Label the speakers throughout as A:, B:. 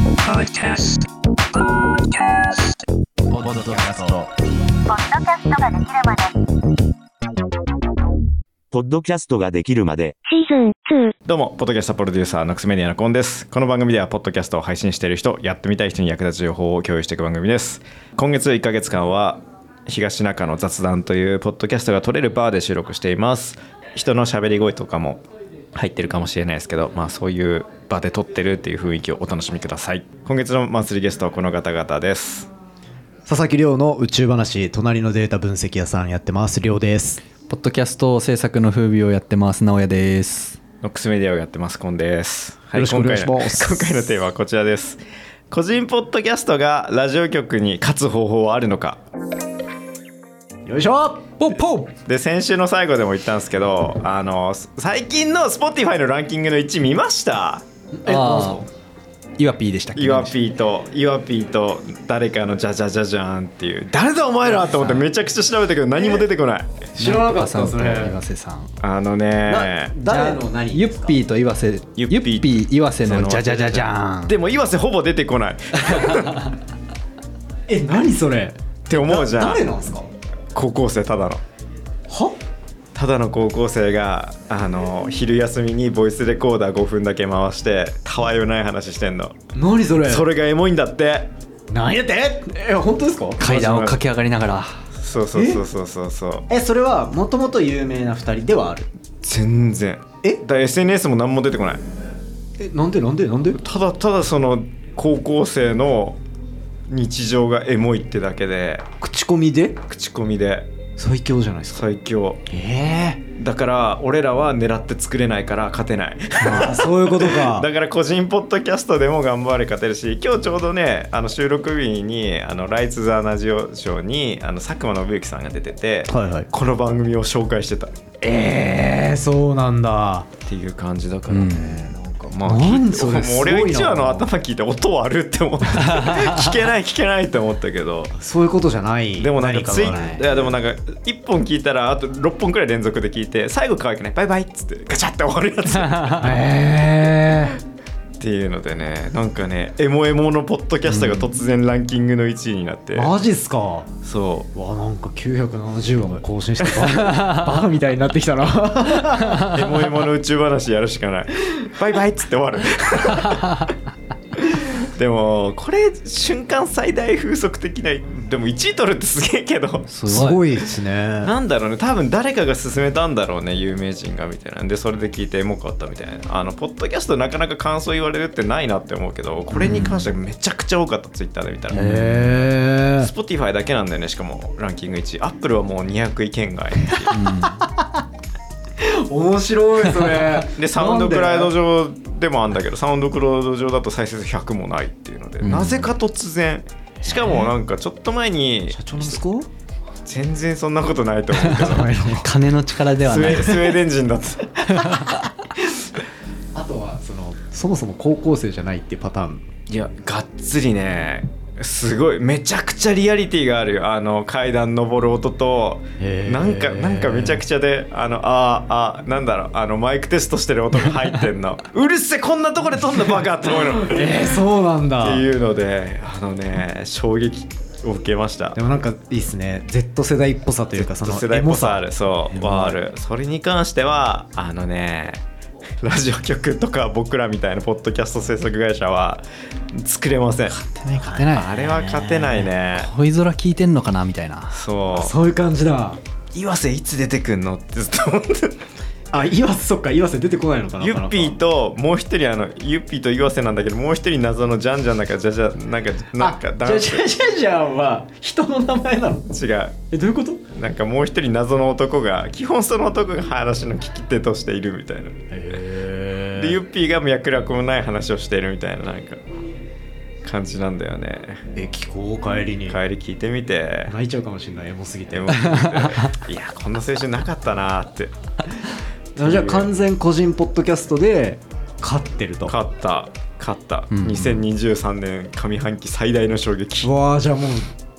A: ポッ
B: Podcast. Podcast.
A: ドキャスト。
C: ポッドキャストができるまで。
D: ポッドキャストができるまで。
C: シーズン2。
E: どうも、ポッドキャストプロデューサー、ノックスメディアのコンです。この番組では、ポッドキャストを配信している人、やってみたい人に役立つ情報を共有していく番組です。今月1ヶ月間は、東中の雑談という、ポッドキャストが撮れるバーで収録しています。人の喋り声とかも入ってるかもしれないですけど、まあ、そういう場で撮ってるっていう雰囲気をお楽しみください。今月のマンスリーゲストはこの方々です。
F: 佐々木亮の宇宙話隣のデータ分析屋さんやってます亮です
G: ポッドキャスト制作の風靡をやってます、直哉です。
E: ノックスメディアをやってます、コンです。は
F: よろしくお願いします
E: 今回の今回 のテーマはこちらです。個人ポッドキャストがラジオ局に勝つ方法はあるのか
F: よいしょ
G: ポッポッ
E: で先週の最後でも言ったんですけどあの最近の Spotify のランキングの1位見ました
G: ああ、イワピーでしたっけ
E: イワピーとイワピーと誰かのジャジャジャジャーンっていう誰だお前らと思ってめちゃくちゃ調べたけど何も出てこない
F: 知らなかった
G: さ
F: で
G: ん
F: す
G: と
F: ね
G: 岩瀬さん。
E: あのね
F: 誰の何
G: ユッピーと岩瀬、
E: ユ
G: ユ
E: ッピー
G: ッピー、岩瀬のジャジャジャジャーン。
E: でも岩瀬ほぼ出てこないっ
F: え何それ
E: て思うじゃん
F: 誰なんですか
E: 高校生ただの
F: は
E: ただの高校生があの昼休みにボイスレコーダー5分だけ回してたわいもない話してんの
F: 何それ
E: それがエモいんだって
F: 何やってえ本当ですか
G: 階段を駆け上がりながら。
E: そうそうそうそうそうそう
F: えそれはもともと有名な2人ではある
E: 全然
F: え
E: だから SNS も何も出てこない
F: えなんでなんでなんで
E: ただただその高校生の日常がエモいってだけで
F: 口コミで
E: 口コミで
F: 最強じゃないですか
E: 最強
F: え
E: だから俺らは狙って作れないから勝てない
F: えそういうこと か
E: だから個人ポッドキャストでも頑張れ勝てるし今日ちょうどねあの収録日にあのライツ・ザ・ナジオショーにあの佐久間信之さんが出てて、
F: はいはい
E: この番組を紹介してたっ
F: ええそうなんだ
E: ていう感じだから
G: う
E: ね、
G: ん。
E: まあ、
F: なん
E: 聞い
F: それ
E: もう俺は
F: すごいな
E: 一話の頭聞いて音はあるって 思って聞けない聞けないって思ったけど
F: そういうことじゃない
E: でもなんかつい
F: 何がない
E: いやでもなんか1本聞いたらあと6本くらい連続で聞いて最後可愛くないバイバイっつってガチャって終わるや つっていうのでねなんかねエモエモのポッドキャストが突然ランキングの1位になって、
F: マジっすか
E: そう
F: わなんか970話も更新してバカ バカみたいになってきたな
E: エモエモの宇宙話やるしかないバイバイっつって終わ るでもこれ瞬間最大風速的なでも1位取るってすげえけど
F: すごいですね
E: なんだろうね多分誰かが勧めたんだろうね有名人がみたいなんでそれで聞いてエモかったみたいなあのポッドキャストなかなか感想言われるってないなって思うけどこれに関してはめちゃくちゃ多かったツイッターで見たら、
F: へえ
E: Spotify だけなんだよねしかもランキング1位 Apple はもう200位圏外
F: 面白いそれ
E: でサウンドクラウド
F: 上
E: 上でもあんだけどサウンドクラウド上だと再生数100もないっていうので、
G: ん
E: なぜか突然しかもなんかちょっと前に
F: 社長の息子
E: 全然そんなことないと思うけど
G: 金の力では
E: スウ
G: ない
E: ェ。スウェーデン人だった
F: あとはそのそもそも高校生じゃないっていうパターン
E: いやがっつりねすごいめちゃくちゃリアリティがあるよあの階段登る音と
F: へー
E: なんかなんかめちゃくちゃであのあーあーなんだろうあのマイクテストしてる音が入ってんの うるせえこんなとこで飛んだバカって思うのって
F: えー、そうなんだ
E: いうのであのね衝撃を受けました
F: でもなんかいいっすね Z 世代っぽさというかその
E: 世代
F: エ
E: っぽ
F: モ
E: さ
F: さ
E: あるそう
F: モ
E: はあるそれに関してはあのねラジオ局とか僕らみたいなポッドキャスト制作会社は作れません
G: 勝てない。
E: あれは勝てないね
G: 恋空聞いてんのかなみたいな。
E: そう
F: そういう感じだ
E: 岩瀬いつ出てくんのってずっと思って
F: あ岩瀬そっか岩瀬出てこないのかな
E: ユッピーともう一人あのユッピーと岩瀬なんだけどもう一人謎のジャンジャンなんかジャジャなんかなんかダンス
F: じゃじゃじゃんは人の名前なの
E: 違う
F: えどういうこと
E: なんかもう一人謎の男が基本その男が話の聞き手としているみたいな
F: へ
E: でユッピーが脈絡もない話をしているみたいななんか感じなんだよね
F: え気候帰りに
E: 帰り聞いてみて
F: 泣いちゃうかもしれないエモすぎて
E: でも聞いていやこんな青春なかったなーって
F: じゃあ完全個人ポッドキャストで勝ってると
E: 勝った勝った、
G: うん
E: 2023年上半期最大の衝撃
F: うわーじゃあもう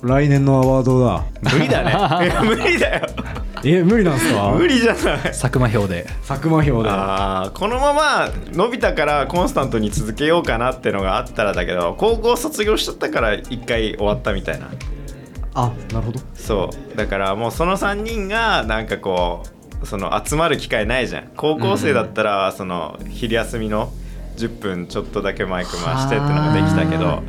F: 来年のアワードだ
E: 無理だね無理だよ
F: え無理なんですか
E: 無理じゃない
G: 佐久間表で
F: 佐久間表で
E: あーこのまま伸びたからコンスタントに続けようかなってのがあったらだけど高校卒業しちゃったから一回終わったみたいな
F: あなるほど
E: そうだからもうその3人がなんかこうその集まる機会ないじゃん高校生だったらその昼休みの10分ちょっとだけマイク回してってのができたけ
G: は
E: ど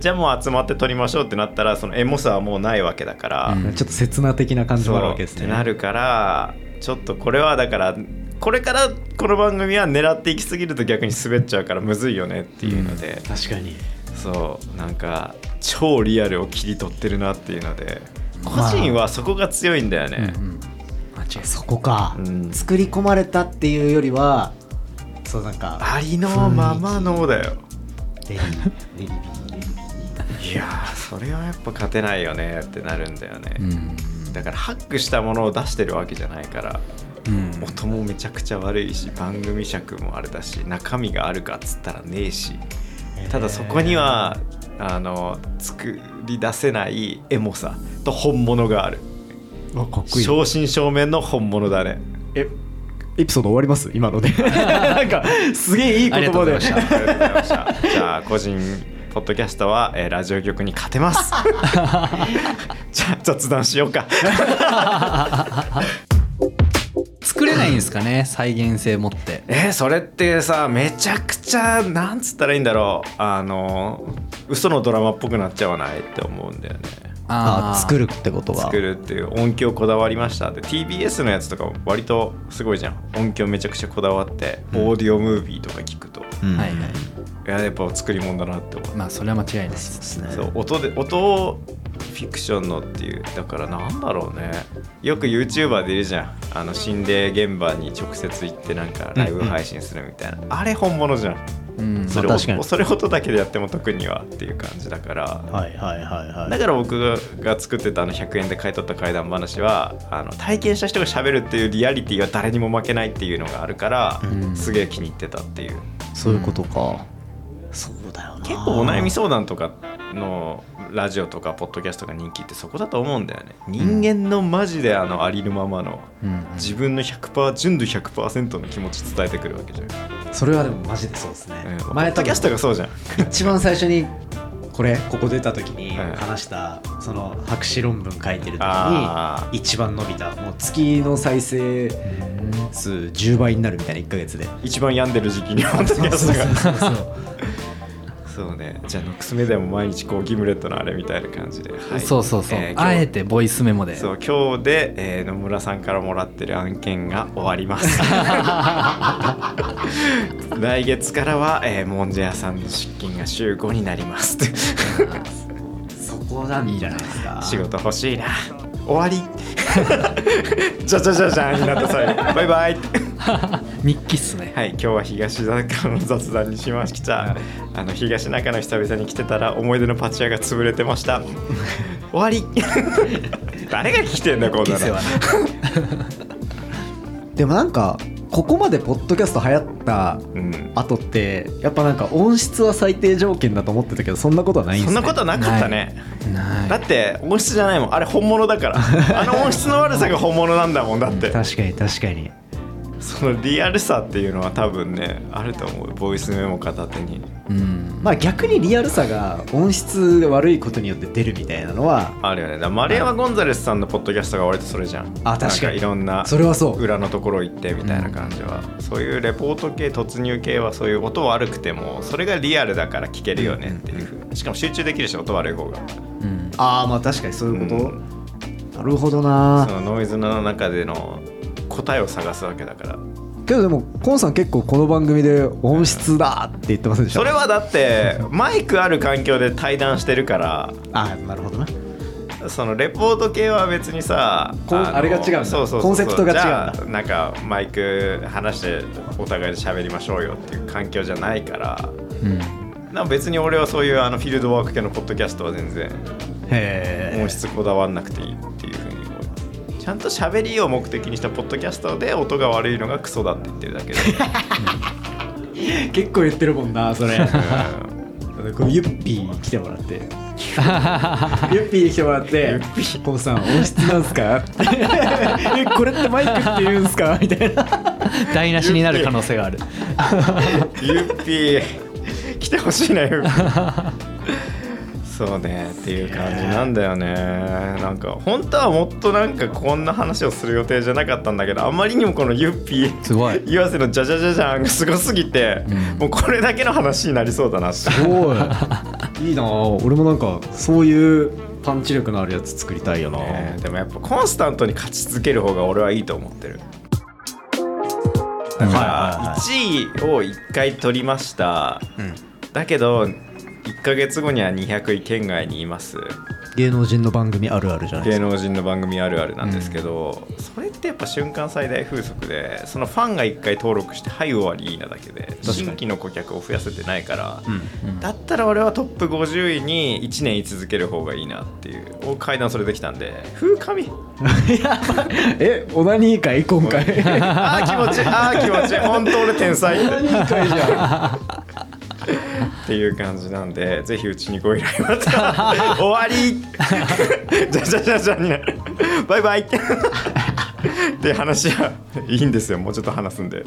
E: じゃあもう集まって撮りましょうってなったらそのエモさはもうないわけだから、
G: うん
F: ちょっと刹那的な感じ
E: そう
F: もあるわけですね
E: ってなるからちょっとこれはだからこれからこの番組は狙っていきすぎると逆に滑っちゃうからむずいよねっていうので、
F: 確かに
E: そうなんか超リアルを切り取ってるなっていうので個人はそこが強いんだよね、
H: そこか、
E: うん
H: 作り込まれたっていうよりはそうなんか
E: ありのままのだよ
H: レディーレディー
E: いやーそれはやっぱ勝てないよねってなるんだよね、
G: うん
E: だからハックしたものを出してるわけじゃないから
G: うん
E: 音もめちゃくちゃ悪いし番組尺もあれだし中身があるかっつったらねえしただそこにはあの作り出せないエモさと本物がある
F: わかっこいい
E: 正真正銘の本物だね
F: えエピソード終わります今 のでなんかすげえいい
G: あり
F: 言
G: がとう
F: 葉で
G: ございました
E: ありがとうございましたじゃあ個人ポッドキャストは、えーラジオ局に勝てま すじゃあ雑談しようか
G: 作れないんですかね再現性持って
E: えーそれってさめちゃくちゃなんつったらいいんだろうあの嘘のドラマっぽくなっちゃわないって思うんだよね
G: あ
F: あ
G: ー
F: 作るってことは
E: 作るっていう音響こだわりましたって TBS のやつとか割とすごいじゃん音響めちゃくちゃこだわって、オーディオムービーとか聞くとい
F: うん
G: はいはい
E: ややっぱ作り物だなって思う、
G: まあそれは間違いないです
E: そう音で音をフィクションのっていうだからなんだろうねよく YouTuber でいるじゃんあの心霊現場に直接行ってなんかライブ配信するみたいな、あれ本物じゃん
G: うん
E: それ,、
F: まあ確かに
E: それ音だけでやっても特にはっていう感じだから
F: はいはいはいはい
E: だから僕が作ってたあの100円で買い取った怪談話はあの体験した人が喋るっていうリアリティは誰にも負けないっていうのがあるから、
G: うん
E: すげえ気に入ってたっていう
F: そういうことか、
H: そうだよな
E: 結構お悩み相談とかのラジオとかポッドキャストが人気ってそこだと思うんだよね人間のマジであのありのままの
G: うん
E: 自分の100%純度100%の気持ち伝えてくるわけじゃん、
H: それはでもマジでそうですね、
E: うんポ
H: 前
E: ッ
H: 多
E: ドキャスト
H: 分
E: がそうじゃん
H: 一番最初にこれここ出た時に
E: うん
H: 話した、その博士論文書いてる時に
E: あー
H: 一番伸びたもう月の再生数10倍になるみたいな1か月で
E: 一番病んでる時期にポッドキャストがそうねじゃあノックスメディアも毎日こうギムレットのあれみたいな感じで、はい
G: そうそうそう、
E: えー今日
G: あえてボイスメモで
E: そう今日で、えー野村さんからもらってる案件が終わります 来月からは、えーもんじゃ屋さんの出勤が週5になりますって
H: そこなんじゃないですか
E: 仕事欲しいな終 わり じゃじゃじゃじゃんになった最後バイバイ
G: 日記っすね
E: はい今日は東中の雑談にしましたあの東中の久々に来てたら思い出のパチ屋が潰れてました 終わり誰が聞いてんだこんな
G: 世
E: の
G: 話ね
F: でもなんかここまでポッドキャスト流行った
E: うん
F: 後ってやっぱなんか音質は最低条件だと思ってたけどそんなことはないんで
E: そ
F: す
E: ん
F: ね
E: なことなかったね
G: ない
E: だって音質じゃないもんあれ本物だからあの音質の悪さが本物なんだもんだって
F: 確かに確かに
E: そのリアルさっていうのは多分ねあると思うボイスメモ片手に
G: うん
F: まあ逆にリアルさが音質が悪いことによって出るみたいなのは
E: あるよねだから丸山ゴンザレスさんのポッドキャストが割とそれじゃん
F: あ確かに
E: なんいろんな
F: それはそう
E: 裏のところ行ってみたいな感じは、そういうレポート系突入系はそういう音悪くてもそれがリアルだから聞けるよねっていうふうにしかも集中できるし音悪い方が
G: うん
F: ああまあ確かにそういうこと、
E: う
F: なるほど
E: そ
F: な
E: のノイズの中での答えを探すわけだから
F: けどでもコンさん結構この番組で音質だって言ってませんでした
E: それはだってマイクある環境で対談してるから
F: ああなるほどな
E: そのレポート系は別にさ
F: こん
E: の
F: あれが違うんだ
E: そうそうそう
F: コンセプトが違うんだ
E: じゃあなんかマイク話してお互いで喋りましょうよっていう環境じゃないから
G: うん
E: なんか別に俺はそういうあのフィールドワーク系のポッドキャストは全然
F: へ
E: 音質こだわんなくていいっていうふうに思うちゃんと喋りを目的にしたポッドキャストで音が悪いのがクソだって言ってるだけで
F: え結構言ってるもんなそれ
E: うん
H: のこのユッピーに来てもらって ユッピーに来てもらって「コウさん音質なんすか? 」 えこれってマイクって言うんす か?」みたいな
G: 台無しになる可能性がある。
E: ユッピー来てほしいねユッピーそうねっていう感じなんだよねなんか本当はもっとなんかこんな話をする予定じゃなかったんだけどあまりにもこのユッピー
G: すごい
E: 岩瀬のジャジャジャジャンがすごすぎて、もうこれだけの話になりそうだなって
H: おいいいなあ俺もなんかそういうパンチ力のあるやつ作りたいよな、
E: ねでもやっぱコンスタントに勝ち続ける方が俺はいいと思ってるだから1位を1回取りました、だけど1ヶ月後には200位圏外にいます
F: 芸能人の番組あるあるじゃないで
E: 芸
F: すか
E: 能人の番組あるあるなんですけど、それってやっぱ瞬間最大風速でそのファンが1回登録して「はい終わり」なだけで新規の顧客を増やせてないから、だったら俺はトップ50位に1年居続ける方がいいなっていうを階段それできたんで風神
H: えオナニー会今回
E: あー気持ちいいあー気持ちいい本当俺天才っていう感じなんでぜひうちにご依頼また終わりじゃじゃじゃじゃになるバイバイって話はいいんですよもうちょっと話すんで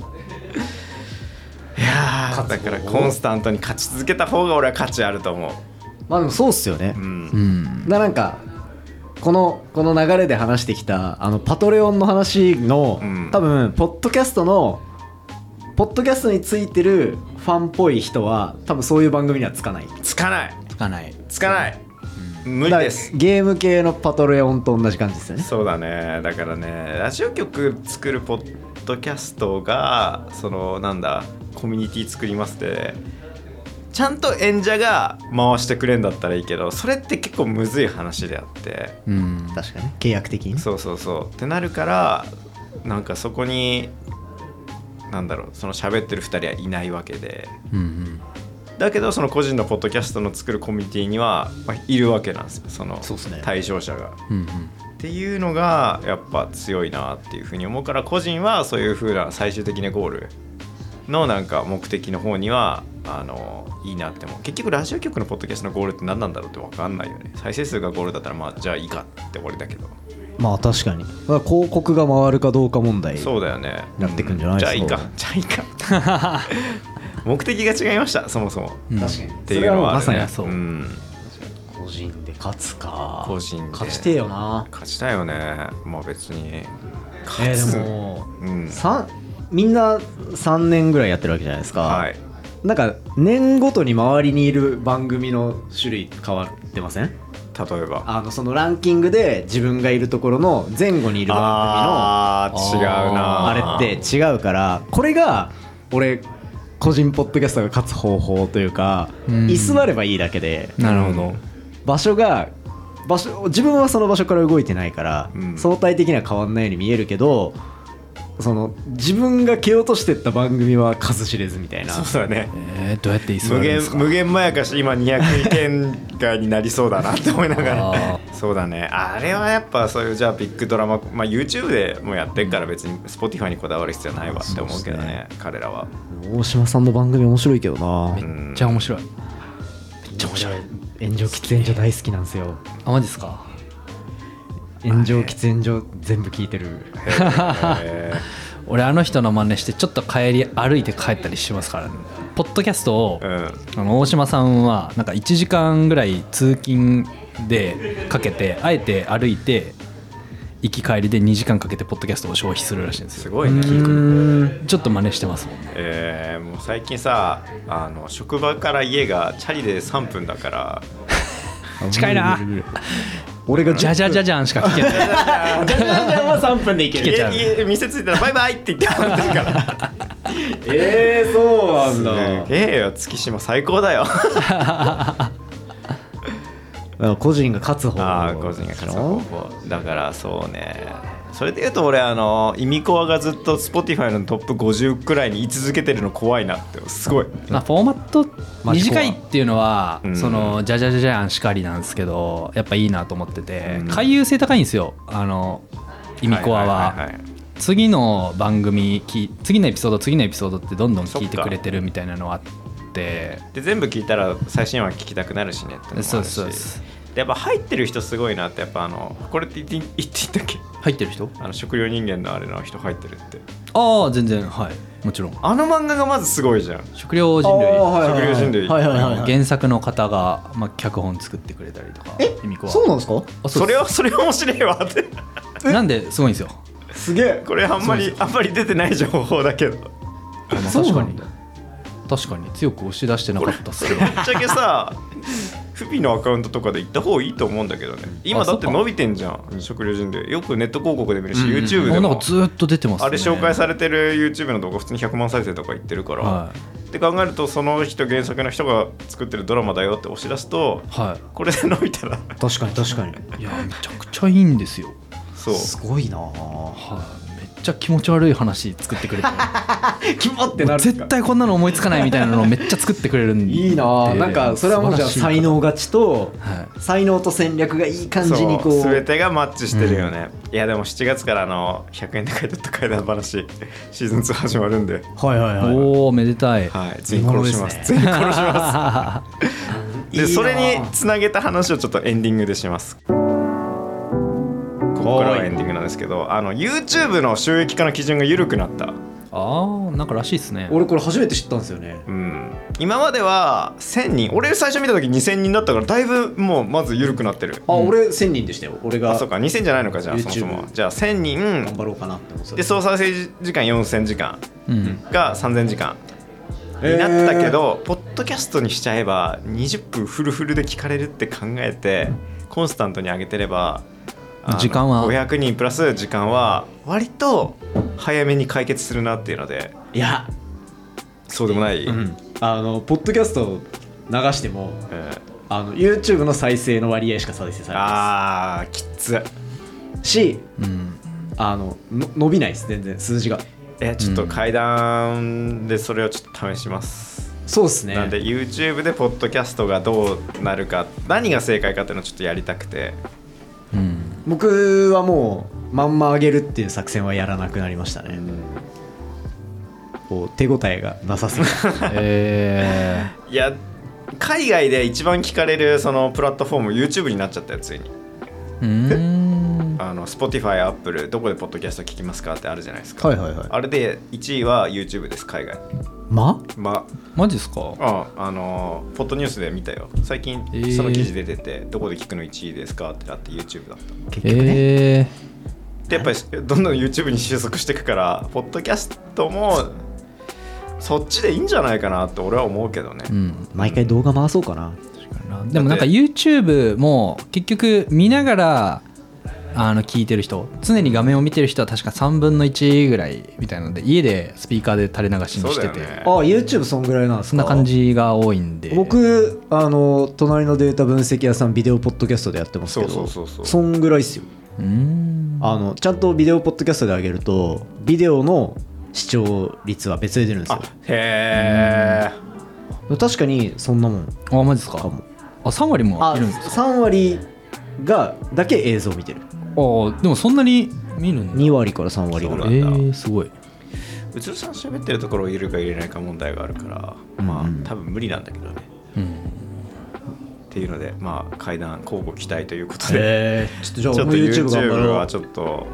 E: いやーだからコンスタントに勝ち続けた方が俺は価値あると思う
H: まあでもそうっすよね、
E: うん
G: うん。
H: ななんかこのこの流れで話してきたあのパトレオンの話の、
E: うん
H: 多分ポッドキャストのポッドキャストについてるファンっぽい人は多分そういう番組にはつかない
E: つかない
G: つかない。
E: つかない無理で
H: だ
E: す
H: からゲーム系のパトレオンと同じ感じですよね
E: そうだねだからねラジオ局作るポッドキャストがそのなんだコミュニティ作りますってちゃんと演者が回してくれんだったらいいけどそれって結構むずい話であって
G: うん。
H: 確かに契約的にね
E: そうそうそうってなるからなんかそこになんだろうその喋ってる2人はいないわけで
G: うん
E: だけどその個人のポッドキャストの作るコミュニティには、まあいるわけなんですよその
H: そうっすね
E: 対象者が。
G: うん。うんうん。
E: っていうのがやっぱ強いなっていうふうに思うから個人はそういうふうな最終的なゴールのなんか目的の方にはあのいいなって思う結局ラジオ局のポッドキャストのゴールって何なんだろうって分かんないよね再生数がゴールだったらまあじゃあいいかって俺だけど
F: まあ確かにだから広告が回るかどうか問題
E: そうだよね
F: なってくんじゃない
E: うんじゃあいい
F: そ
E: か
F: う
E: じゃあいいか目的が違いましたそもそも
G: うん
H: 確かに
E: っていうのはあるね
G: それはもうまさにそうん
H: 個人で勝つか
E: 個人で
H: 勝ちてえよな
E: 勝ちたいよねまあ別に
H: え
E: 勝
H: ー
E: つ、
H: でも
E: うん
H: さみんな3年ぐらいやってるわけじゃないですか、
E: はい
H: なんか年ごとに周りにいる番組の種類変わってません
E: 例えば
H: あのそのランキングで自分がいるところの前後にいる番
E: あー違う
H: 組の
E: な
H: あれって違うからこれが俺個人ポッドキャストが勝つ方法というか
G: うん
H: 居座ればいいだけで
G: なるほど。
H: 場所が場所自分はその場所から動いてないから、
E: うん
H: 相対的には変わんないように見えるけどその自分が蹴落としてった番組は数知れずみたいな
E: そうだね
G: えー、どうやって居座る
E: 無
G: んで
E: 限
G: すか
E: 無限まやかし今200件外になりそうだなって思いなが
G: あ
E: らそうだねあれはやっぱそういうじゃあビッグドラマ、まあ、YouTube でもやってるから別に Spotify にこだわる必要ないわって思うけどね彼らは
H: 大島さんの番組面白いけどなめっ
E: うん
G: めっちゃ面白い。
H: ちゃ面白い炎上喫煙所大好きなんですよ
G: あ、マジですか
H: 炎上喫煙所全部聞いてる
E: え
G: 俺あの人の真似してちょっと帰り歩いて帰ったりしますからねポッドキャストを、
E: ー
G: あの大島さんはなんか1時間ぐらい通勤でかけてあえて歩いて行き帰りで2時間かけてポッドキャストを消費するらしいんですすよ
E: ごいね
G: ちょっと真似してますもんね
E: えーもう最近さあの職場から家がチャリで3分だから
G: 近いな
H: 俺が
G: ジャジャジャジャンしか聞けない
H: 3分でいけ
G: けちゃう
E: 家家店着いたらバイバイって言ってもらってるから
H: ええそうなん
E: すげえよ月島最高 だよ
H: 個人が勝つ方
E: ああ個人が活動方法だからそうねそれで言うと俺あのイミコアがずっと Spotify のトップ50くらいに居続けてるの怖いなってすごい
G: まあフォーマット短いっていうのは
E: うん
G: そのジャジャジャジャンしかりなんですけどやっぱいいなと思ってて
E: うん
G: 回遊性高いんですよあのイミコアは。
E: いいいい
G: 次の番組き次のエピソード次のエピソードってどんどん聞いてくれてるみたいなのはあって
E: で全部聞いたら最新話聞きたくなるしねってのもあるし
G: そうですそうです
E: でやっぱ入ってる人すごいなってやっぱあのこれって言っていい言っていいんだっけ
G: 入ってる人
E: あの食料人間のあれの人入ってるって
G: ああ全然はいもちろん
E: あの漫画がまずすごいじゃん
G: 食料人類、
H: あーはい
E: 食料人類
H: はいはいはいはい
G: 原作の方が、まあ、脚本作ってくれたりとか
H: え
G: 由美子は
H: そうなんですか
G: あ
E: そ
G: で
E: れ
G: す
E: はそれ面白いわって
G: なんですごいんですよ
H: すげえ
E: これあんまりあんまり出てない情報だけどぶ
G: まあ
H: そう
G: 確
H: な
G: か
H: ん
G: に
H: だ
G: 確かに強く押し出してなかったっすけど
E: っちゃけ さ不備のアカウントとかで行った方がいいと思うんだけどね今だって伸びてんじゃん食料人類よくネット広告で見るし YouTube で
G: あなん
E: も
G: かずーっと出てますね
E: あれ紹介されてる YouTube の動画普通に100万再生とか言ってるから、
G: はい
E: って考えるとその人原作の人が作ってるドラマだよって押し出すと
G: は
E: これで伸びたら
F: 確かに確かに
G: いいやめちゃくちゃいいんですよ
E: そう
F: すごいなあ
G: はいめっちゃ気持ち悪い話作ってくれて
H: キモってなるんすか
G: 絶対こんなの思いつかないみたいなのをめっちゃ作ってくれるんで
H: いいなぁなんかそれはもうじゃあ
G: 素晴らし
H: 才
G: い
H: 能勝ちと
G: は
H: 才能と戦略がいい感じにこう
E: そう全てがマッチしてるよね、いやでも7月からあの100円で買い取った怪談話シーズン2始まるんで、
F: はいはいはい
G: おおめでたい
E: はい、全員殺します 全員殺します で
H: いいな
E: それにつなげた話をちょっとエンディングでしますここからはエンディングなんですけどあの YouTube の収益化の基準が緩くなった
G: ああなんからしいっすね
H: 俺これ初めて知ったんですよね
E: うん、今までは1000人俺最初見た時2000人だったからだいぶもうまず緩くなってる
H: あ俺1000人でしたよ俺
E: あ
H: が
E: そう
H: 頑
E: か2000じゃないのかじゃあ
H: YouTube
E: そもそもじゃあ1000人
H: 張ろうかなって思ってた
E: で総再生時間4000時間
G: うん
E: が3000時間になったけど、ポッドキャストにしちゃえば20分フルフルで聞かれるって考えてコンスタントに上げてればあの
G: 時間は
E: 500人プラス時間は割と早めに解決するなっていうので
H: いや
E: そうでもない、
H: あのポッドキャストを流しても
E: うん
H: あの YouTube の再生の割合しか再生されな
E: あーきつい
H: いですし
G: うん
H: あのの伸びないです全然数字が
E: えちょっと階段でそれをちょっと試します、
H: そうですね
E: なんで YouTube でポッドキャストがどうなるか何が正解かっていうのをちょっとやりたくて
G: うん
H: 僕はもうまんま上げるっていう作戦はやらなくなりましたね、こう手応えがなさ すぎた
G: え
E: いや海外で一番聞かれるそのプラットフォーム YouTube になっちゃったよついに
G: ー、うーん
E: あの Spotify、Apple どこでポッドキャスト聞きますかってあるじゃないですか、
F: はいはいはい
E: あれで1位は YouTube です海外
F: ま
E: ま
G: マジっすか
E: ああのポッドニュースで見たよ最近
G: えー
E: その記事出てて、どこで聞くの1位ですかってなって YouTube だった
G: ええ
E: でやっぱりどんどん YouTube に収束していくからポッドキャストもそっちでいいんじゃないかなって俺は思うけどね、
G: ー、うん
F: 毎回動画回そうかな
G: でもなんか YouTube も結局見ながらあの聞いてる人常に画面を見てる人は確か3分の1ぐらいみたいなので家でスピーカーで垂れ流しにしてて
E: そうだよね
H: あ YouTube そんぐらいなんですか
G: そんな感じが多いんで
F: 僕あの隣のデータ分析屋さんビデオポッドキャストでやってますけど
E: そうそうそうそう
F: そんぐらいっすよ
G: うーん
F: あのちゃんとビデオポッドキャストで上げるとビデオの視聴率は別で出るんです
E: あ
F: よ
E: へえ
F: 確かにそんなもん
G: あマジですか
F: かも
G: あ3割も
F: あ
G: いるんですか
F: 3割がだけ映像見てる
G: あーでもそんなに見るんだ
F: 2割から3割ぐ
E: そう
F: ら
E: ないん
G: え
E: だ
G: ー、すごいう
E: つるさん喋ってるところを入れるか入れないか問題があるからまあ多分無理なんだけどね
G: うん
E: っていうのでまあ階段交互期待ということで、
F: え
H: ちょっとじゃあ
E: ちょっと
H: YouTube 頑張
E: YouTube
H: ろ
E: は
H: う
E: ちょっと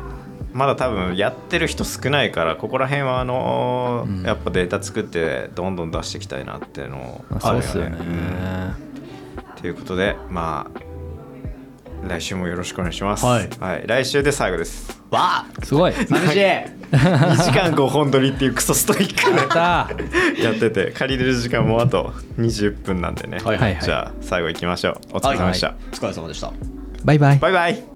E: まだ多分やってる人少ないからここら辺はあのーやっぱデータ作ってどんどん出していきたいなっていうの
G: ま
E: あ
G: あそう
E: る
G: っ
E: よ
G: すよね
E: うんということでまあ来週もよろしくお願いします
F: はい、
E: 来週で最後です
H: わあ
G: すごいや
H: 寂しい
E: 2時間5本撮りっていうクソストイック
G: ったー
E: で やってて借りれる時間もあと20分なんでね、
G: はいはいはい
E: じゃあ最後いきましょうお疲れ様でした、
H: お疲れ様でした
G: バイバイ
E: バイバイ